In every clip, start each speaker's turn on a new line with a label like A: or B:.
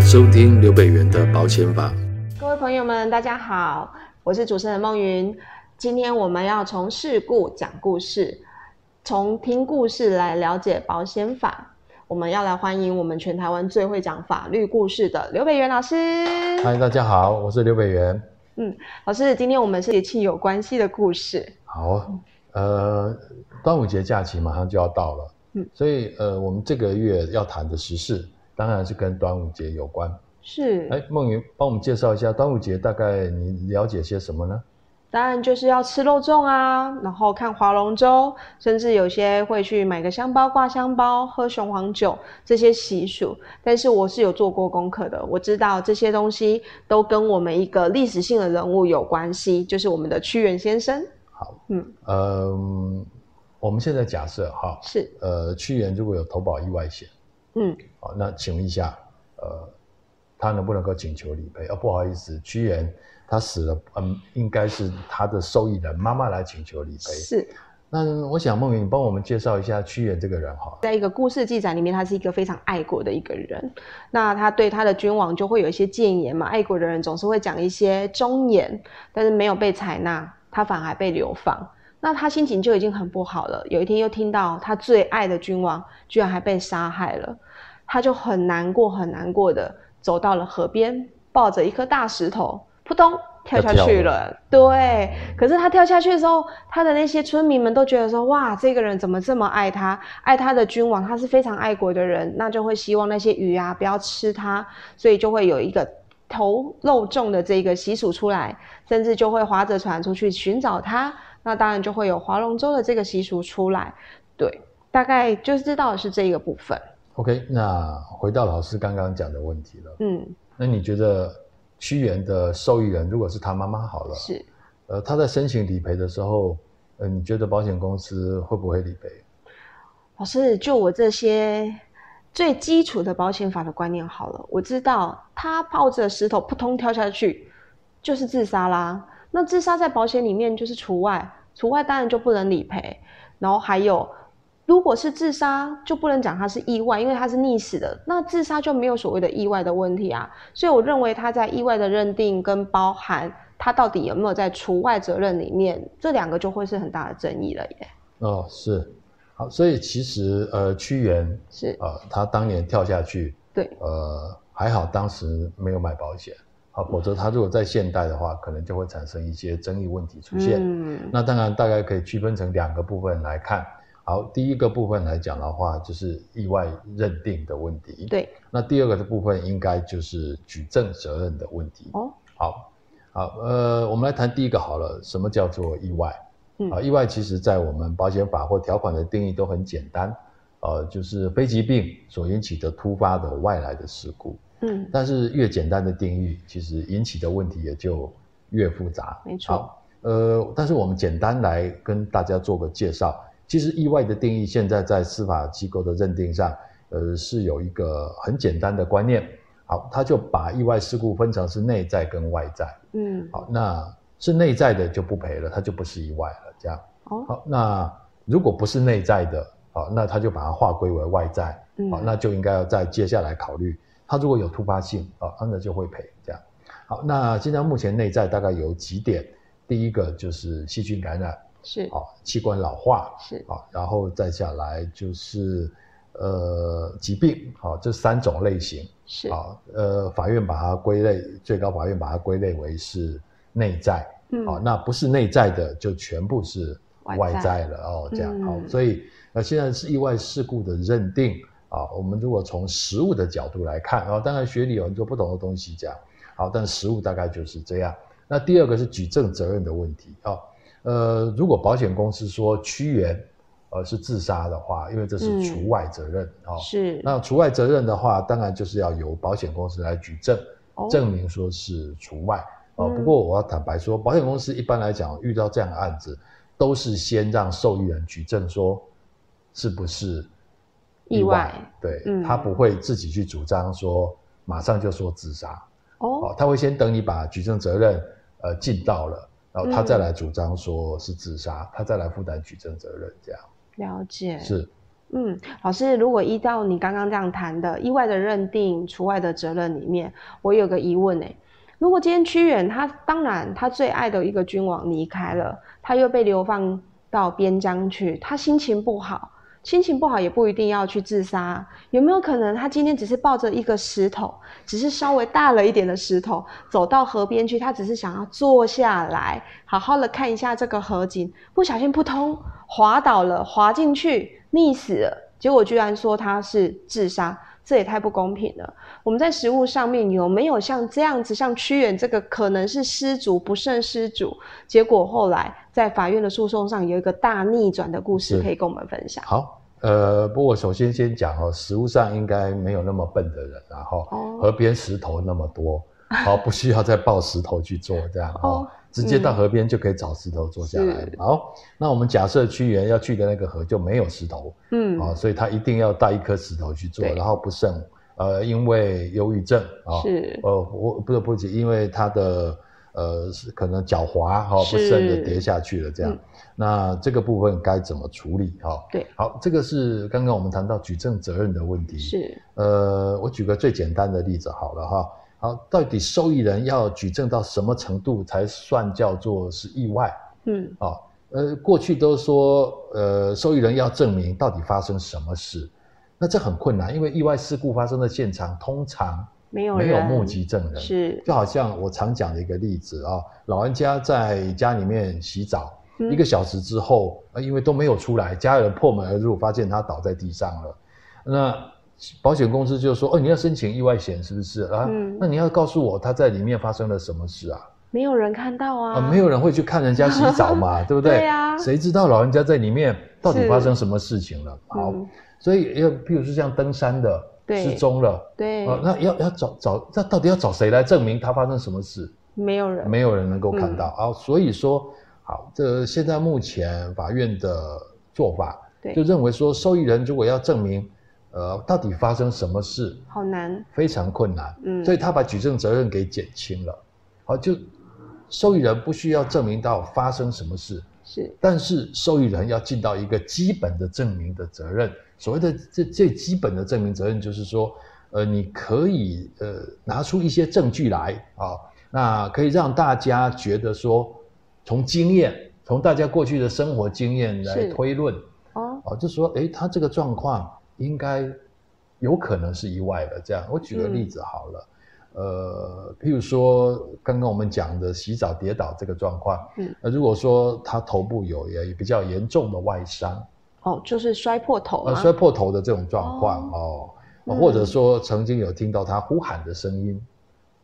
A: 收听刘北元的保险法。
B: 各位朋友们，大家好，我是主持人孟云。今天我们要从事故讲故事，从听故事来了解保险法。我们要来欢迎我们全台湾最会讲法律故事的刘北元老师。
C: 嗨，大家好，我是刘北元。
B: 老师，今天我们是节气有关系的故事。
C: 好，呃，端午节假期马上就要到了，
B: 嗯
C: 所以呃，我们这个月要谈的时事当然是跟端午节有关。
B: 是，
C: 哎，梦云，帮我们介绍一下端午节大概你了解些什么呢？
B: 当然就是要吃肉粽啊，然后看划龙舟，甚至有些会去买个香包、挂香包、喝雄黄酒这些习俗。但是我是有做过功课的，我知道这些东西都跟我们一个历史性的人物有关系，就是我们的屈原先生。
C: 好，
B: 嗯，
C: 呃，我们现在假设哈，
B: 是，
C: 呃，屈原如果有投保意外险，
B: 嗯，
C: 好，那请问一下，呃，他能不能够请求理赔？哦，不好意思，屈原他死了，嗯，应该是他的受益人妈妈来请求理赔。
B: 是
C: 那我想，梦云，你帮我们介绍一下屈原这个人哈。
B: 在一个故事记载里面，他是一个非常爱国的一个人。那他对他的君王就会有一些谏言嘛，爱国的人总是会讲一些忠言，但是没有被采纳，他反而还被流放。那他心情就已经很不好了。有一天又听到他最爱的君王居然还被杀害了，他就很难过，很难过的走到了河边，抱着一颗大石头，扑通跳下去
C: 要跳
B: 了。对，可是他跳下去的时候，他的那些村民们都觉得说：“哇，这个人怎么这么爱他？爱他的君王，他是非常爱国的人，那就会希望那些鱼啊不要吃他，所以就会有一个投肉粽的这个习俗出来，甚至就会划着船出去寻找他。那当然就会有划龙舟的这个习俗出来。对，大概就是知道的是这一个部分。
C: OK，那回到老师刚刚讲的问题了。
B: 嗯，
C: 那你觉得屈原的受益人如果是他妈妈好了，
B: 是。
C: 呃，他在申请理赔的时候，呃，你觉得保险公司会不会理赔？
B: 老师，就我这些最基础的保险法的观念好了，我知道他抱着石头扑通跳下去就是自杀啦。那自杀在保险里面就是除外，除外当然就不能理赔。然后还有，如果是自杀，就不能讲他是意外，因为他是溺死的。那自杀就没有所谓的意外的问题啊。所以我认为他在意外的认定跟包含他到底有没有在除外责任里面，这两个就会是很大的争议了耶。
C: 哦，是，好，所以其实呃，屈原
B: 是，
C: 呃，他当年跳下去，
B: 对，
C: 呃，还好当时没有买保险，啊，否则他如果在现代的话，可能就会产生一些争议问题出现。
B: 嗯。
C: 那当然，大概可以区分成两个部分来看。好，第一个部分来讲的话，就是意外认定的问题。
B: 对，
C: 那第二个的部分应该就是举证责任的问题。
B: 哦，
C: 好，好，呃，我们来谈第一个好了，什么叫做意外？
B: 嗯
C: 啊，意外其实在我们保险法或条款的定义都很简单，呃，就是非疾病所引起的突发的外来的事故。
B: 嗯，
C: 但是越简单的定义，其实引起的问题也就越复杂。
B: 没错
C: 好。呃，但是我们简单来跟大家做个介绍。其实意外的定义，现在在司法机构的认定上，呃，是有一个很简单的观念。好，他就把意外事故分成是内在跟外在。
B: 嗯，
C: 好，那是内在的就不赔了，它就不是意外了。这样。
B: 哦，
C: 好，那如果不是内在的，好，那他就把它划归为外在。
B: 嗯，
C: 好，那就应该要在接下来考虑，它如果有突发性啊，啊那就会赔这样。好，那现在目前内在大概有几点，第一个就是细菌感染，
B: 是
C: 啊，器官老化，
B: 是，
C: 啊，然后再下来就是呃疾病，好，这三种类型，
B: 是，
C: 啊，呃，法院把它归类，最高法院把它归类为是内在，
B: 嗯，
C: 好，那不是内在的就全部是
B: 外
C: 外
B: 在
C: 在了哦，这样、
B: 嗯
C: 好，所以呃，现在是意外事故的认定啊，我们如果从实物的角度来看啊、当然学理有很多不同的东西讲，好，但实物大概就是这样。那第二个是举证责任的问题啊、呃，如果保险公司说屈原呃是自杀的话，因为这
B: 嗯
C: 是除外责任啊、
B: 是，
C: 那除外责任的话，当然就是要由保险公司来举证。
B: 哦
C: 证明说是除外啊。
B: 嗯
C: 不过我要坦白说，保险公司一般来讲遇到这样的案子，都是先让受益人举证说是不是
B: 意外
C: 对、
B: 嗯
C: 他不会自己去主张说马上就说自杀，
B: 哦，
C: 哦，他会先等你把举证责任呃尽到了，然后他
B: 嗯
C: 再来主张说是自杀，他再来负担举证责任，这样
B: 了解，
C: 是。
B: 嗯，老师，如果依照你刚刚这样谈的意外的认定、除外的责任里面，我有个疑问哎、如果今天屈原他当然他最爱的一个君王离开了，他又被流放到边疆去，他心情不好，心情不好也不一定要去自杀，有没有可能他今天只是抱着一个石头，只是稍微大了一点的石头，走到河边去，他只是想要坐下来，好好的看一下这个河景，不小心扑通滑倒了，滑进去溺死了，结果居然说他是自杀，这也太不公平了。我们在食物上面有没有像这样子，像屈原这个可能是失足不慎失足，结果后来在法院的诉讼上有一个大逆转的故事，
C: 是
B: 可以跟我们分享？
C: 好，呃，不过首先先讲哦，食物上应该没有那么笨的人啦，然后
B: 哦
C: 河边石头那么 多，好，不需要再抱石头去做这样
B: 哦
C: 哦，直接到
B: 嗯
C: 河边就可以找石头坐下来
B: 是。
C: 好，那我们假设屈原要去的那个河就没有石头
B: 嗯，
C: 啊，所以他一定要带一颗石头去做，
B: 对
C: 然后不慎，呃，因为忧郁症啊，
B: 是，
C: 呃，我不得不提，因为他的呃是可能脚滑哈、不
B: 是
C: 慎的跌下去了这样。
B: 嗯
C: 那这个部分该怎么处理哈、
B: 对，
C: 好，这个是刚刚我们谈到举证责任的问题。，
B: 是，
C: 呃，我举个最简单的例子好了哈、好，到底受益人要举证到什么程度才算叫做是意外
B: 嗯，
C: 啊、呃，过去都说，呃，受益人要证明到底发生什么事，那这很困难，因为意外事故发生的现场通常
B: 没有
C: 没有
B: 人
C: 目击证人，
B: 是，
C: 就好像我常讲的一个例子啊，老人家在家里面洗澡，
B: 嗯
C: 一个小时之后，呃因为都没有出来，家人破门而入，发现他倒在地上了，那保险公司就说：“哦，你要申请意外险是不是啊？
B: 嗯
C: 那你要告诉我他在里面发生了什么事啊？
B: 没有人看到啊，
C: 啊，没有人会去看人家洗澡 嘛，对不对？
B: 对啊
C: 谁知道老人家在里面到底
B: 是
C: 发生什么事情了？好，
B: 嗯
C: 所以要譬如说像登山的
B: 对
C: 失踪了。”
B: 对，
C: 哦，那要要找找，那到底要找谁来证明他发生什么事？
B: 没有人，
C: 没有人能够看到啊、所以说，好，这现在目前法院的做法，
B: 对
C: 就认为说，受益人如果要证明，呃，到底发生什么事，
B: 好难，
C: 非常困难，
B: 嗯，
C: 所以他把举证责任给减轻了，好，就受益人不需要证明到发生什么事，
B: 是，
C: 但是受益人要尽到一个基本的证明的责任。所谓的这最基本的证明责任，就是说，呃，你可以呃拿出一些证据来啊、那可以让大家觉得说，从经验，从大家过去的生活经验来
B: 是
C: 推论啊、
B: 哦，
C: 哦就说，诶，他这个状况应该有可能是意外的。这样，我举个
B: 嗯
C: 例子好了。呃，譬如说刚刚我们讲的洗澡跌倒这个状况，
B: 嗯，
C: 那如果说他头部有也比较严重的外伤，
B: 哦，就是摔破头
C: 呃，
B: 嘛，
C: 摔破头的这种状况哦，
B: 啊嗯
C: 或者说曾经有听到他呼喊的声音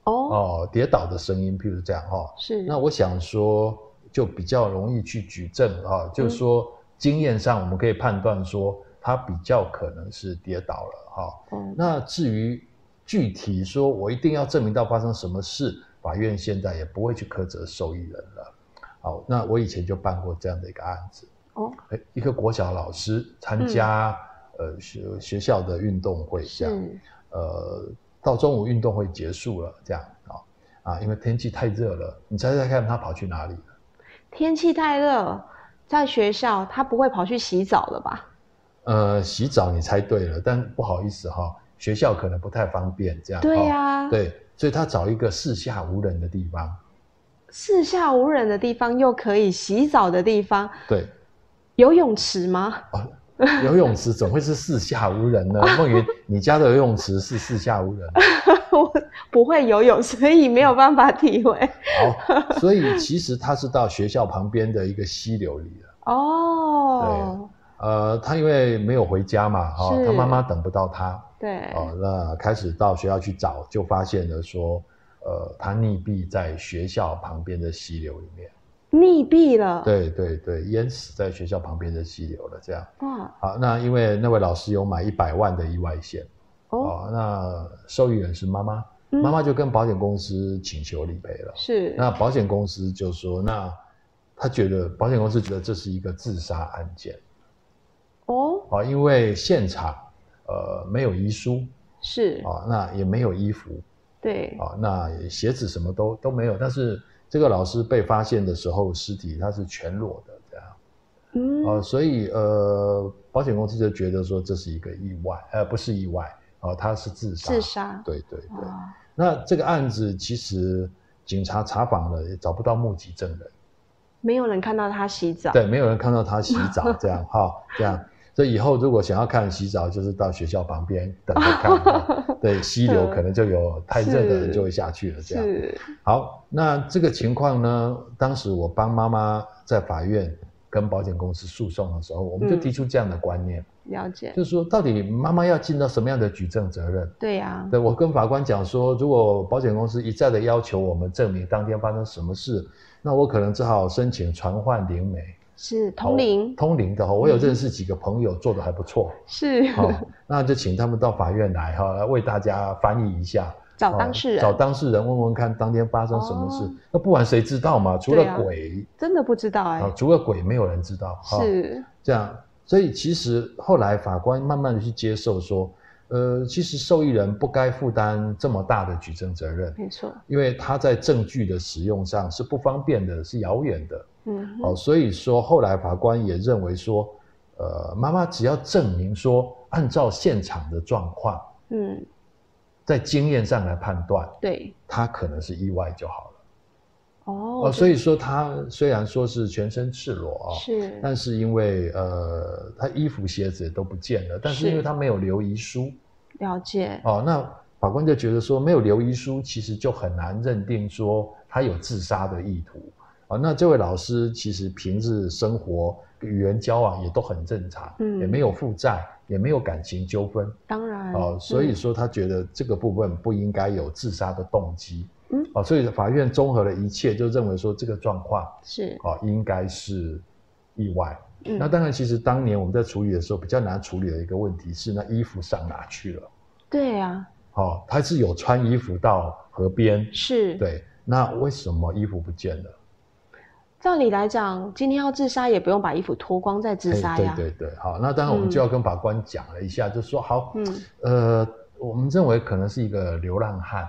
B: 哦，
C: 哦，跌倒的声音，譬如这样哦，
B: 是，
C: 那我想说就比较容易去举证啊、
B: 嗯
C: 就是说经验上我们可以判断说他比较可能是跌倒了哈、
B: 哦，
C: 那至于具体说，我一定要证明到发生什么事，法院现在也不会去苛责受益人了。好，那我以前就办过这样的一个案子，
B: 哦，嗯
C: 诶一个国小老师参加、呃学学校的运动会，这样，
B: 是，
C: 呃，到中午运动会结束了，这样啊、啊，因为天气太热了，你猜猜看他跑去哪里？
B: 天气太热，在学校他不会跑去洗澡了吧？
C: 呃，洗澡你猜对了，但不好意思哈、学校可能不太方便这样。
B: 对
C: 哦
B: 呀、
C: 对，所以他找一个四下无人的地方。
B: 四下无人的地方又可以洗澡的地方，
C: 对，
B: 游泳池吗？
C: 游泳池怎么会是四下无人呢？梦云，你家的游泳池是四下无人。
B: 我不会游泳，所以没有办法体会。
C: 好，哦所以其实他是到学校旁边的一个溪流里了。
B: 哦，
C: 呃，他因为没有回家嘛，哈、
B: 是
C: 他妈妈等不到他，
B: 对，
C: 哦，那开始到学校去找，就发现了说，呃，他溺毙在学校旁边的溪流里面。
B: 溺毙了。，
C: 对对对，淹死在学校旁边的溪流了。这样，
B: 哇，
C: 好，那因为那位老师有买一百万的意外险，
B: 哦，
C: 哦，那受益人是妈妈。
B: 嗯
C: 妈妈就跟保险公司请求理赔了。
B: 是，
C: 那保险公司就说，那他觉得保险公司觉得这是一个自杀案件
B: 哦，
C: 啊，因为现场呃没有遗书
B: 是，
C: 啊，那也没有衣服
B: 对，
C: 啊，那也鞋子什么都都没有。但是这个老师被发现的时候，尸体他是全裸的这样
B: 嗯，
C: 啊、所以呃，保险公司就觉得说这是一个意外，呃，不是意外啊、他是自杀。
B: 自杀，哦
C: 对对对。
B: 哇
C: 那这个案子其实警察查访了，也找不到目击证人，
B: 没有人看到他洗澡，
C: 对，没有人看到他洗澡，这样哈，这样。所以以后如果想要看洗澡，就是到学校旁边等着看。 哈对，溪流可能就有太热的人
B: 是
C: 就会下去了，这样。
B: 是，
C: 好，那这个情况呢？当时我帮妈妈在法院跟保险公司诉讼的时候，我们就
B: 嗯
C: 提出这样的观念，
B: 了解，
C: 就是说，到底妈妈要尽到什么样的举证责任？
B: 对呀，
C: 对我跟法官讲说，如果保险公司一再的要求我们证明当天发生什么事，那我可能只好申请传唤灵媒。哦
B: 是同龄，
C: 通灵嗯的哈、我有认识几个朋友做的还不错，
B: 是
C: 好、 那就请他们到法院来哈、来为大家翻译一下。
B: 找当事
C: 哦找
B: 人，
C: 当事人问问看当天发生什么事。
B: 哦
C: 那不然谁知道嘛？除
B: 对
C: 了
B: 啊
C: 鬼
B: 真的不知道
C: 啊
B: 哎，
C: 除了鬼没有人知道。哈
B: 是，
C: 这样，所以其实后来法官慢慢的去接受说，呃，其实受益人不该负担这么大的举证责任，
B: 没错，
C: 因为他在证据的使用上是不方便的，是遥远的。
B: 嗯哼，
C: 哦，所以说后来法官也认为说，呃，妈妈只要证明说，按照现场的状况，
B: 嗯，
C: 在经验上来判断，
B: 对，
C: 她可能是意外就好了。
B: 哦
C: 哦，，所
B: 以
C: 以说他虽然说是全身赤裸啊、
B: 是，
C: 但是因为呃，他衣服、鞋子都不见了，但是
B: 是
C: 因为他没有留遗书
B: 了解，
C: 哦，那法官就觉得说没有留遗书，其实就很难认定说他有自杀的意图啊、哦。那这位老师其实平日生活、与人交往也都很正常，
B: 嗯
C: 也没有负债，也没有感情纠纷
B: 当然，
C: 哦，所以
B: 嗯
C: 说他觉得这个部分不应该有自杀的动机。
B: 嗯
C: 哦，所以法院综合了一切，就认为说这个状况
B: 嗯是，
C: 啊、应该是意外。
B: 嗯
C: 那当然，其实当年我们在处理的时候比较难处理的一个问题是，那衣服上哪去了？
B: 对呀，
C: 哦，他是有穿衣服到河边，
B: 是，
C: 对，那为什么衣服不见了？
B: 照理来讲，今天要自杀也不用把衣服脱光再自
C: 哎
B: 杀呀，
C: 对对对，好，那当然我们
B: 嗯
C: 就要跟法官讲了一下，就说好，
B: 嗯，
C: 呃，我们认为可能是一个流浪汉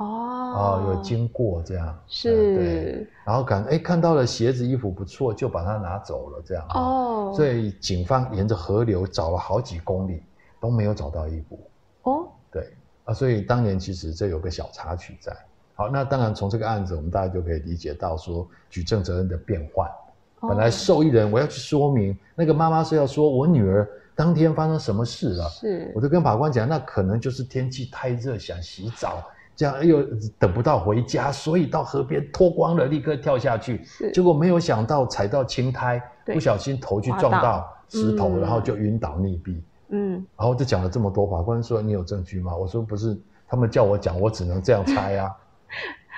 C: 哦
B: 哦，
C: 有经过这样，嗯对，
B: 是，
C: 然后感哎看到了鞋子衣服不错，就把它拿走了这样，
B: 哦，
C: 所以警方沿着河流找了好几公里，都没有找到衣服。
B: 哦，
C: 对啊，所以当年其实这有个小插曲在。好，那当然从这个案子，我们大家就可以理解到说举证责任的变换。
B: 哦
C: 本来受益人我要去说明，那个妈妈是要说我女儿当天发生什么事了，
B: 是
C: 我就跟法官讲，那可能就是天气太热想洗澡，这样又等不到回家，所以到河边脱光了立刻跳下去，
B: 是
C: 结果没有想到踩到青苔，
B: 对
C: 不小心头去
B: 滑
C: 撞
B: 到
C: 到石头，
B: 嗯
C: 然后就晕倒溺毙。
B: 嗯，
C: 然后就讲了这么多，法官说你有证据吗？我说不是，他们叫我讲，我只能这样猜啊。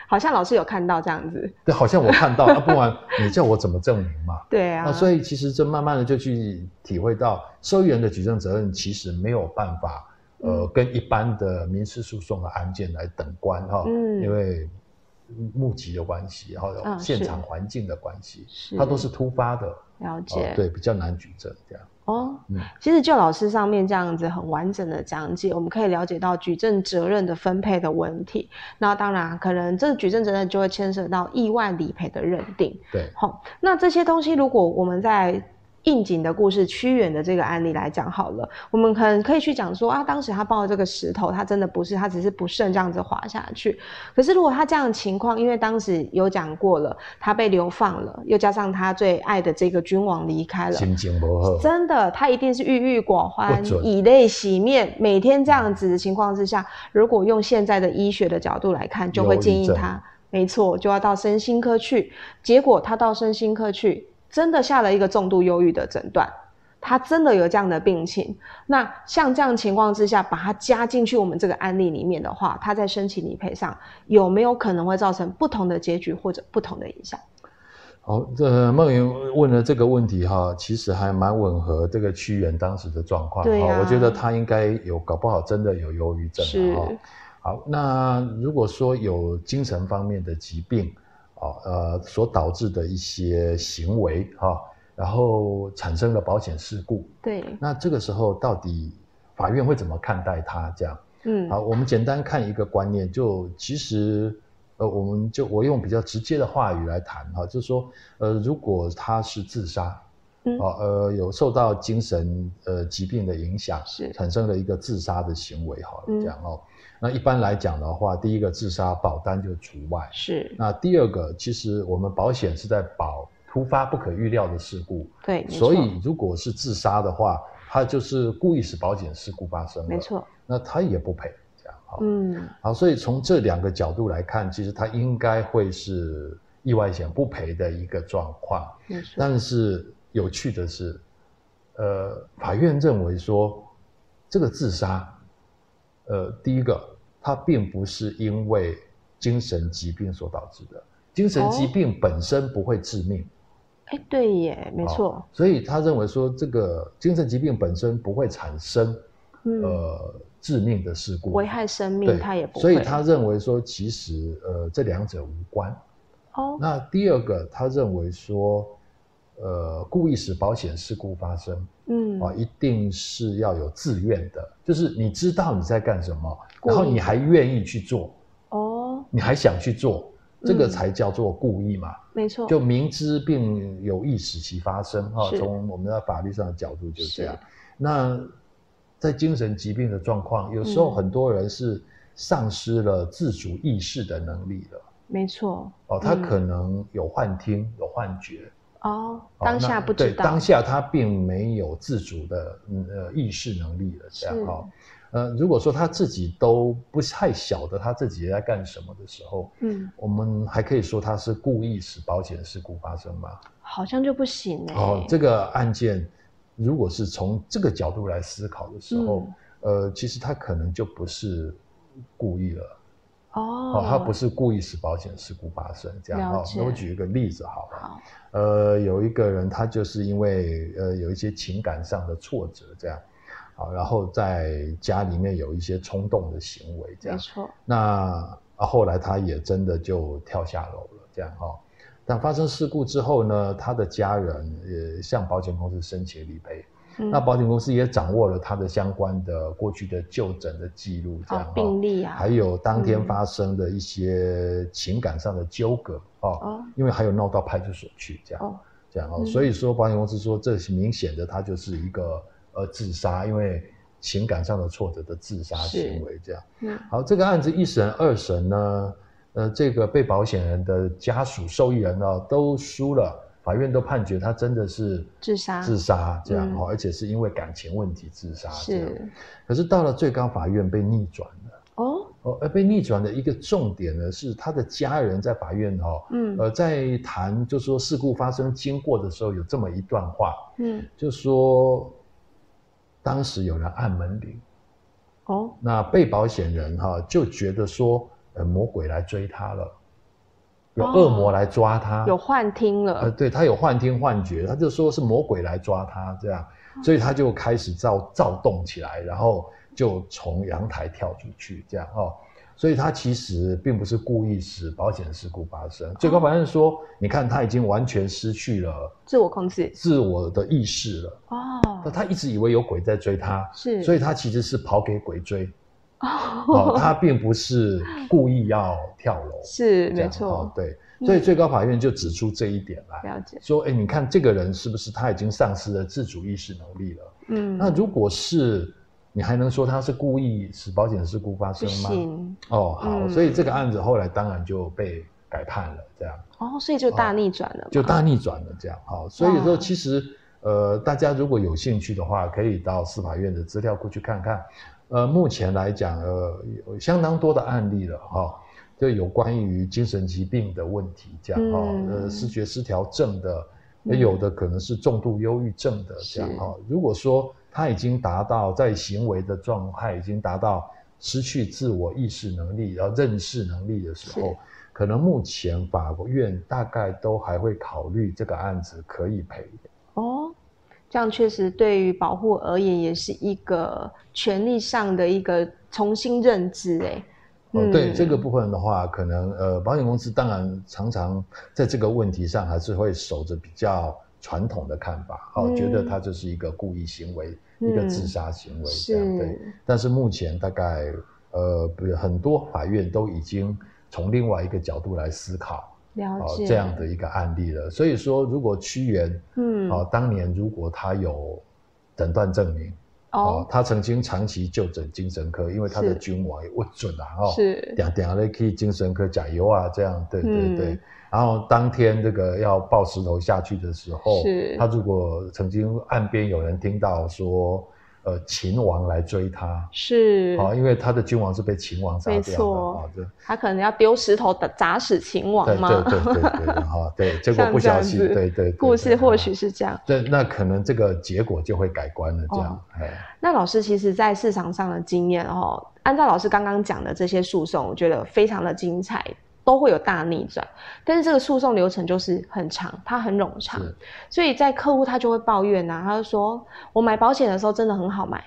B: 好像老师有看到这样子，
C: 对，好像我看到，啊、不然你叫我怎么证明嘛？
B: 对啊，
C: 啊，所
B: 以
C: 以其实这慢慢的就去体会到，受益人的举证责任其实没有办法，呃，
B: 嗯
C: 跟一般的民事诉讼的案件来等关哈，
B: 嗯
C: 因为目击的关系，然后有
B: 嗯
C: 现
B: 是
C: 场环境的关系，
B: 是
C: 它都是突发的，
B: 了
C: 啊
B: 解，
C: 对，比较难举证这样。
B: 哦
C: 嗯，
B: 其实就老师上面这样子很完整的讲解，我们可以了解到举证责任的分配的问题。那当然，可能这个举证责任就会牵涉到意外理赔的认定。
C: 对，
B: 好、那这些东西如果我们在应景的故事屈原的这个案例来讲好了，我们可能可以去讲说啊，当时他抱着这个石头，他真的不是，他只是不慎这样子滑下去。可是如果他这样的情况，因为当时有讲过了，他被流放了，又加上他最爱的这个君王离开了，
C: 心情不好，
B: 真的，他一定是郁郁寡欢
C: 哦不准、
B: 以泪洗面，每天这样子的情况之下，如果用现在的医学的角度来看，就会建
C: 忧郁
B: 议
C: 症
B: 他，没错，就要到身心科去。结果他到身心科去，真的下了一个重度忧郁的诊断，他真的有这样的病情。那像这样情况之下，把它加进去我们这个案例里面的话，他在申请理赔上有没有可能会造成不同的结局或者不同的影响？
C: 好，这梦云问了这个问题哈，其实还蛮吻合这个屈原当时的状况
B: 对呀
C: 我觉得他应该有，搞不好真的有忧郁症
B: 是
C: 了哈。好，那如果说有精神方面的疾病，哦，呃，所导致的一些行为哈、然后产生了保险事故，
B: 对，
C: 那这个时候到底法院会怎么看待他？这样，
B: 嗯，
C: 好，我们简单看一个观念，就其实，呃，我们就我用比较直接的话语来谈哈，就是说，呃，如果他是自杀，
B: 嗯
C: 啊，呃，有受到精神呃疾病的影响，
B: 是
C: 产生了一个自杀的行为，好了，
B: 嗯
C: 这样哦。那一般来讲的话，第一个自杀保单就除外，
B: 是，
C: 那第二个，其实我们保险是在保突发不可预料的事故，
B: 对，没
C: 所
B: 错
C: 以如果是自杀的话，它就是故意使保险事故发生了，
B: 没，错，
C: 那它也不赔，这样好。
B: 嗯，
C: 好，所以从这两个角度来看，其实它应该会是意外险不赔的一个状况。
B: 没错，
C: 但是有趣的是，呃，法院认为说这个自杀，呃，第一个，它并不是因为精神疾病所导致的，精神疾病本身不会致命，
B: 哎，对耶，没
C: 好
B: 错，
C: 所以他认为说这个精神疾病本身不会产生
B: 嗯，
C: 呃致命的事故，
B: 危害生命
C: 对
B: 他也不会，
C: 所以他认为说其实呃这两者无关。
B: 哦，
C: 那第二个，他认为说，呃，故意使保险事故发生
B: 嗯，
C: 啊，一定是要有自愿的，就是你知道你在干什么，
B: 故意
C: 然后你还愿意去做，
B: 哦，
C: 你还想去做，这个
B: 嗯
C: 才叫做故意嘛，
B: 没错，
C: 就明知并有意使其发生啊。
B: 是
C: 从我们的法律上的角度就是这样
B: 是。
C: 那在精神疾病的状况，有时候
B: 嗯
C: 很多人是丧失了自主意识的能力了。
B: 没错，
C: 哦，他
B: 嗯
C: 可能有幻听、有幻觉，
B: 哦，
C: 哦
B: 当
C: 那
B: 下不
C: 对
B: 知道，
C: 当下他并没有自主的嗯呃意识能力了，这样
B: 是
C: 哦。呃，如果说他自己都不太晓得他自己在干什么的时候，
B: 嗯，
C: 我们还可以说他是故意使保险事故发生吗？
B: 好像就不行哎，
C: 哦，这个案件如果是从这个角度来思考的时候，
B: 嗯
C: 呃，其实他可能就不是故意了。
B: 哦
C: 哦，，他不是故意使保险事故发生这样
B: 了
C: 哦。那我
B: 解
C: 举一个例子好了，
B: 好，
C: 呃，有一个人他就是因为呃有一些情感上的挫折这样，好，然后在家里面有一些冲动的行为这
B: 没
C: 样，
B: 错，
C: 那啊后来他也真的就跳下楼了这样哦。但发生事故之后呢，他的家人也向保险公司申请理赔，
B: 嗯
C: 那保险公司也掌握了他的相关的过去的就诊的记录这样
B: 哦，
C: 哦
B: 病例啊，
C: 还有当天
B: 嗯
C: 发生的一些情感上的纠葛哦，
B: 哦
C: 因为还有闹到派出所去这样、
B: 哦，
C: 这样哦，
B: 嗯
C: 所以说保险公司说这是明显的，他就是一个呃自杀，因为情感上的挫折的自杀
B: 是
C: 行为这样。
B: 嗯，
C: 好，这个案子一审、二审呢，呃，这个被保险人的家属、受益人呢、都输了，法院都判决他真的是
B: 自杀
C: 自杀这样
B: 嗯
C: 哦，而且是因为感情问题自杀这样。
B: 是，
C: 可是到了最高法院被逆转了。
B: 哦，
C: 哦，而被逆转的一个重点呢，是他的家人在法院哦，
B: 嗯
C: 呃，在谈就是说事故发生经过的时候，有这么一段话，
B: 嗯，
C: 就说当时有人按门铃，
B: 哦，
C: 那被保险人哈、就觉得说，呃，魔鬼来追他了，有
B: 哦
C: 恶魔来抓他，
B: 有幻听了
C: 啊呃，，对他有幻听幻觉，他就说是魔鬼来抓他这样，
B: 哦
C: 所以他就开始躁躁动起来，然后就从阳台跳出去这样哦。所以他其实并不是故意使保险事故发生。最高法院说，你看他已经完全失去了
B: 自我控制，
C: 自我的意识了，那
B: 哦，
C: 他一直以为有鬼在追他，
B: 是，
C: 所以他其实是跑给鬼追，哦，
B: 哦，。
C: 他并不是故意要跳楼
B: 是
C: 这
B: 没
C: 样哦
B: 错，，
C: 对，
B: 嗯
C: 所以最高法院就指出这一点来。
B: 了解，
C: 说，哎，你看这个人是不是他已经丧失了自主意识能力了？
B: 嗯，
C: 那如果是，你还能说他是故意使保险事故发
B: 不
C: 生吗？
B: 行，
C: 哦，好，
B: 嗯
C: 所以这个案子后来当然就被改判了，这样
B: 哦，所以就大逆转了嘛，嗯
C: 就大逆转了，这样好，所以
B: 哇
C: 说其实呃，大家如果有兴趣的话，可以到司法院的资料库去看看。呃，目前来讲，呃，有相当多的案例了哈、就有关于精神疾病的问题，这样哈、
B: 嗯
C: 呃，视觉失调症的，呃
B: 嗯
C: 有的可能是重度忧郁症的这样
B: 是
C: 哈、哦如果说他已经达到在行为的状态已经达到失去自我意识能力，然后认识能力的时
B: 是
C: 候，可能目前法院大概都还会考虑这个案子可以赔。
B: 哦，这样确实对于保护而言也是一个权利上的一个重新认知，哎，
C: 哦，对这个部分的话，可能呃，保险公司当然常常在这个问题上还是会守着比较传统的看法，哦，
B: 嗯
C: 觉得他这是一个故意行为，一个
B: 嗯
C: 自杀行为这样对。
B: 是
C: 但是目前大概呃，不很多法院都已经从另外一个角度来思考，
B: 了
C: 哦
B: 解
C: 这样的一个案例了。所以说，如果屈原
B: 嗯
C: 哦当年如果他有诊断证明哦
B: 哦，
C: 他曾经长期就诊精神科，因为他的
B: 是
C: 君王也不准啊哦，
B: 是
C: 点点嘞去精神科加油啊这样，对对
B: 嗯
C: 对。然后当天这个要抱石头下去的时候
B: 是，
C: 他如果曾经岸边有人听到说，呃，秦王来追他。
B: 是，
C: 好，因为他的君王是被秦王杀
B: 没
C: 掉的
B: 错
C: 啊，这
B: 他可能要丢石头打砸死秦王
C: 对
B: 嘛，
C: 对对对对，对哈， 对，结果
B: 像
C: 不
B: 这
C: 小
B: 样
C: 心，
B: 子
C: 对对对，
B: 故
C: 对
B: 事或许
C: 啊
B: 是这样。
C: 对，那可能这个结果就会改观了，这
B: 哦
C: 样，哎，
B: 那老师其实，在市场上的经验哦，按照老师刚刚讲的这些诉讼，我觉得非常的精彩，都会有大逆转。但是这个诉讼流程就是很长，它很冗长
C: 是，
B: 所以在客户他就会抱怨呐、他就说我买保险的时候真的很好买。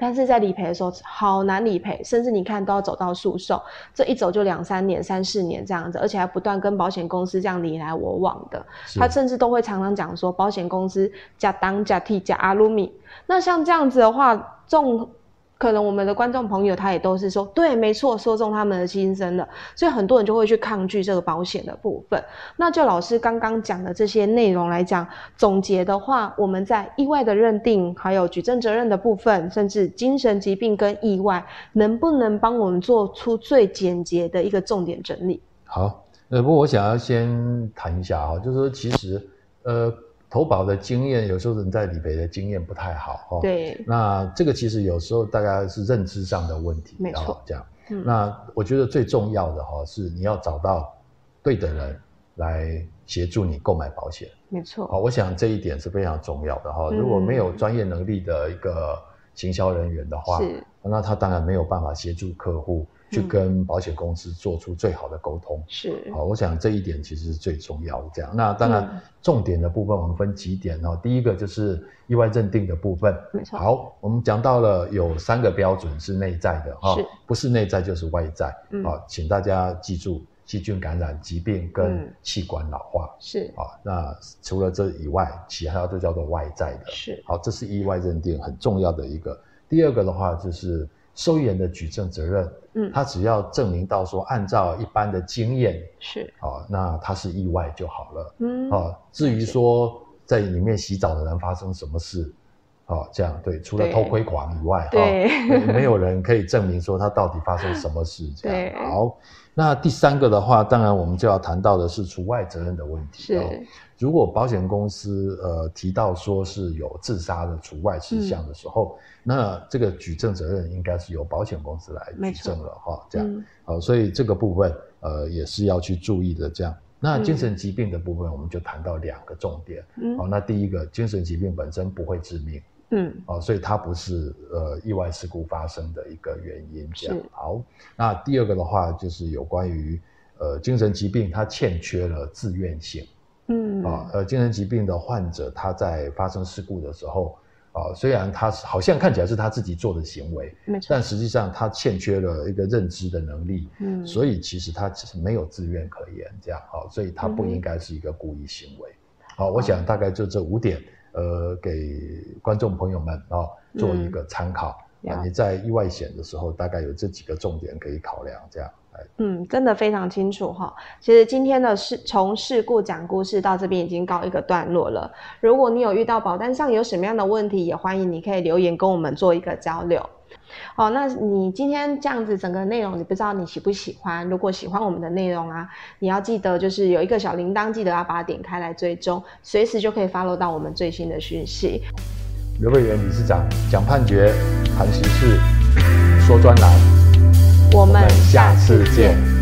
B: 但是在理赔的时候好难理赔，甚至你看都要走到诉讼，这一走就两三年、三四年这样子，而且还不断跟保险公司这样你来我往的。
C: 是
B: 他甚至都会常常讲说，保险公司加当加替加阿鲁米。那像这样子的话，中可能我们的观众朋友他也都是说，对，没错，说中他们的心声了。所以很多人就会去抗拒这个保险的部分。那就老师刚刚讲的这些内容来讲，总结的话，我们在意外的认定，还有举证责任的部分，甚至精神疾病跟意外，能不能帮我们做出最简洁的一个重点整理？
C: 好，呃，不过我想要先谈一下哈、就是说其实，呃，投保的经验，有时候人在理赔的经验不太好哈、哦。。
B: 对，
C: 那这个其实有时候大概是认知上的问题，
B: 没
C: 然后
B: 错
C: 这样。
B: 嗯
C: 那我觉得最重要的哈、是你要找到对的人来协助你购买保险。
B: 没错，
C: 好，我想这一点是非常重要的哈、
B: 嗯
C: 如果没有专业能力的一个行销人员的话，
B: 是
C: 那他当然没有办法协助客户去
B: 嗯
C: 跟保险公司做出最好的沟通。
B: 是，
C: 好，我想这一点其实是最重要的。这样，那当
B: 嗯
C: 然重点的部分我们分几点哦。第一个就是意外认定的部分。
B: 没错，
C: 好，我们讲到了有三个标准是内在的哈、
B: 是
C: 不是内在就是外在。好、
B: 嗯
C: 请大家记住细菌感染、疾病跟
B: 嗯
C: 气管老化。
B: 是
C: 啊、那除了这以外，其他都叫做外在的。
B: 是
C: 好，这是意外认定很重要的一个。第二个的话就是受益人的举证责任，
B: 嗯
C: 他只要证明到说按照一般的经验，
B: 是，
C: 啊，那他是意外就好了。
B: 嗯
C: 啊，至于说在里面洗澡的人发生什么事，啊，这样对，除了
B: 对
C: 偷窥狂以外，
B: 对
C: 啊没有人可以证明说他到底发生什么事。这
B: 对
C: 样好，那第三个的话，当然我们就要谈到的是除外责任的问题。哦
B: 是
C: 如果保险公司呃提到说是有自杀的除外事项的时
B: 嗯
C: 候，那这个举证责任应该是由保险公司来
B: 没
C: 举
B: 错
C: 证了哈、这样。
B: 嗯
C: 好，所以这个部分呃也是要去注意的。这样，那精神疾病的部分我们就谈到两个重点。好、
B: 嗯
C: 那第一个，精神疾病本身不会致命，
B: 嗯
C: 哦，所以它不是呃意外事故发生的一个原因。这样
B: 是
C: 好，那第二个的话就是有关于呃精神疾病它欠缺了自愿性
B: 嗯
C: 啊、呃精神疾病的患者他在发生事故的时候。啊、虽然他是好像看起来是他自己做的行为，
B: 没错，
C: 但实际上他欠缺了一个认知的能力，
B: 嗯
C: 所以其实他其实没有自愿可言，这样好，所以他不
B: 嗯哼哦
C: 应该是一个故意行为。好，我想大概就这五点，呃，给观众朋友们啊、做一个参考。
B: 嗯
C: 啊，
B: 了
C: 你在意外险的时候，大概有这几个重点可以考量，这样。哎，
B: 嗯，真的非常清楚哈。其实今天的事从事故讲故事到这边已经告一个段落了。如果你有遇到保单上有什么样的问题，也欢迎你可以留言跟我们做一个交流。哦，那你今天这样子整个内容，你不知道你喜不喜欢？如果喜欢我们的内容啊，你要记得就是有一个小铃铛，记得要把它点开来追踪，随时就可以 follow 到我们最新的讯息。
C: 刘委员理事长讲判决，谈时事，说专栏，
B: 我
C: 我
B: 们
C: 们
B: 下
C: 下
B: 次
C: 次
B: 见
C: 见。。